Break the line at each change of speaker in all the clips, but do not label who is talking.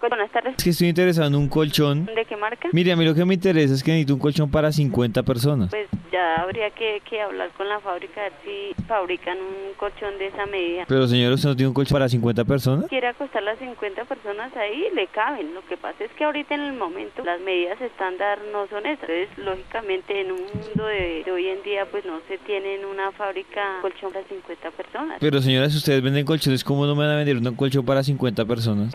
Buenas tardes.
Es que estoy interesado en un colchón.
¿De qué marca?
Mire, a mí lo que me interesa es que necesito un colchón para 50 personas.
Pues ya habría que, que hablar con la fábrica a ver si fabrican un colchón de esa medida.
Pero señor, ¿usted no tiene un colchón para 50 personas?
Quiere acostar las 50 personas ahí y le caben. Lo que pasa es que ahorita en el momento las medidas estándar no son esas. Entonces, lógicamente, en un mundo de, de hoy en día, pues no se tiene en una fábrica colchón para 50 personas.
Pero señora, si ustedes venden colchones, ¿cómo no me van a vender un colchón para 50 personas?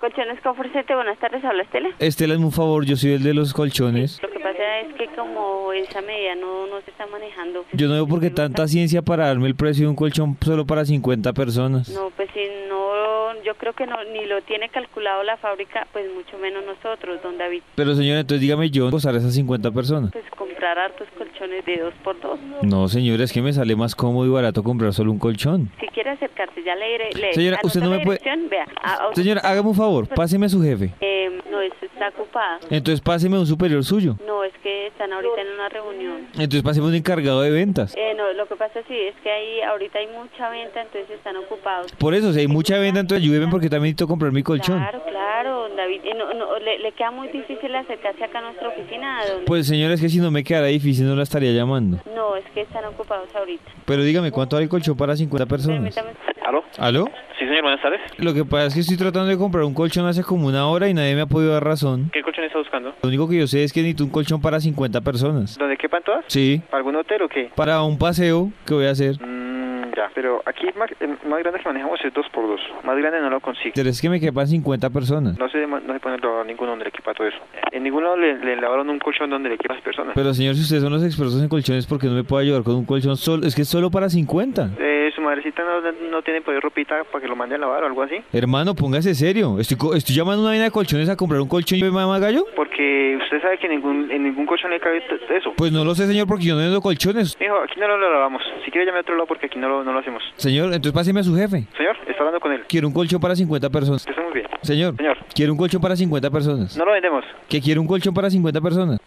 Colchones Conforcete, buenas tardes, habla Estela.
Estela, hazme un favor, yo soy el de los colchones.
Lo que pasa es que como esa medida no, no se está manejando.
Yo no veo por qué tanta ciencia para darme el precio de un colchón solo para 50 personas.
No, pues si no, yo creo que no, ni lo tiene calculado la fábrica, pues mucho menos nosotros, don David.
Pero señora, entonces dígame yo, ¿costar esas 50 personas?
Pues comprar hartos colchones de dos por dos.
No, señora, es que me sale más cómodo y barato comprar solo un colchón.
Si quiere acercarse, ya le diré. Le,
Señora, usted
anota
no
la
me puede-
dirección, Vea, a- a-
Señora, hágame un favor, páseme a su jefe.
eh, no, eso está ocupado.
Entonces páseme a un superior suyo.
No, es que están ahorita en una reunión.
Entonces páseme a un encargado de ventas.
Eh, no, lo que pasa sí es que ahí ahorita hay mucha venta, entonces están ocupados.
Por eso, si hay mucha venta, entonces ayúdeme porque también necesito comprar mi colchón.
Claro, claro, don David. Eh, no, no, le, le queda muy difícil acercarse acá a nuestra oficina. Don...
Pues señora, es que si no me quedara difícil no la estaría llamando.
No, es que están ocupados ahorita.
Pero dígame, ¿cuánto vale el colchón para 50 personas?
Permítame.
¿Aló?
¿Aló?
Sí, señor, buenas tardes.
Lo que pasa es que estoy tratando de comprar un colchón hace como una hora y nadie me ha podido dar razón.
¿Qué colchón está buscando?
Lo único que yo sé es que necesito un colchón para 50 personas.
¿Dónde quepan todas?
Sí,
¿Para algún hotel o qué?
para un paseo que voy a hacer.
Mm, ya, pero aquí ma- el más grande que manejamos es 2 por 2 Más grande no lo consigo.
Pero es que me quepan 50 personas.
No se, ma- no se pone a ninguno donde le quepa todo eso. En ningún lado le, le elaboran un colchón donde le quepas personas.
Pero señor, si ustedes son los expertos en colchones, ¿por qué no me puedo ayudar con un colchón solo? Es que es solo para 50.
Eh, ¿Su madrecita no, no tiene por ahí ropita para que lo mande a lavar o algo así?
Hermano, póngase serio. Estoy, co- estoy llamando a una vaina de colchones a comprar un colchón y me mama gallo.
Porque usted sabe que ningún, en ningún colchón le cabe t- eso.
Pues no lo sé, señor, porque yo no vendo colchones.
Hijo, aquí no lo lo lavamos. Si quiere llame a otro lado porque aquí no lo, no lo hacemos.
Señor, entonces páseme a su jefe.
Señor, está hablando con él.
Quiero un colchón para 50 personas.
Está muy bien.
Señor,
Señor.
quiero un colchón para 50 personas.
No lo vendemos.
Que quiero un colchón para 50 personas.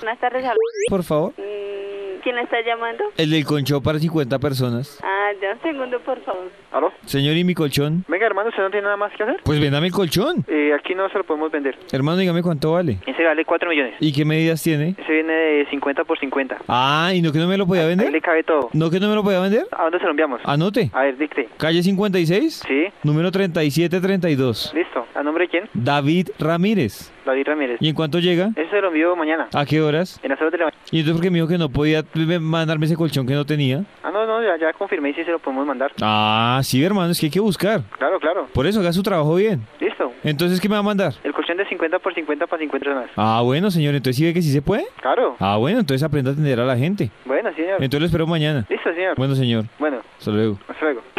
Buenas tardes. habla-
Por favor.
Mm, ¿Quién está llamando?
El del colchón para 50 personas.
Ah, ya un segundo, por favor.
¿Aló?
Señor, ¿y mi colchón?
Venga, hermano, ¿usted no tiene nada más que hacer?
Pues véndame el colchón.
Eh, aquí no se lo podemos vender.
Hermano, dígame cuánto vale.
Ese vale 4 millones.
¿Y qué medidas tiene?
Ese viene de 50 por 50.
Ah, ¿y no que no me lo podía
Ahí
vender?
le cabe todo.
¿No que no me lo podía vender?
¿A dónde se lo enviamos?
Anote.
A ver, dicte.
Calle 56,
Sí,
número 3732.
listo. ¿A nombre de quién?
David Ramírez.
David Ramírez.
¿Y en cuánto llega?
Ese se lo envío mañana.
¿A qué horas?
En las horas de la mañana.
Y entonces porque me dijo que no podía mandarme ese colchón que no tenía.
Ah, no, no, ya, ya confirmé si se lo podemos mandar.
Ah, sí, hermano, es que hay que buscar.
Claro, claro.
Por eso haga su trabajo bien.
Listo.
Entonces, ¿qué me va a mandar?
El colchón de 50 por 50 para 50 personas.
Ah, bueno, señor, entonces sí ve que sí se puede.
Claro.
Ah, bueno, entonces aprenda a atender a la gente.
Bueno, sí, señor.
Entonces lo espero mañana.
Listo, señor.
Bueno, señor,
Bueno,
hasta luego.
hasta luego.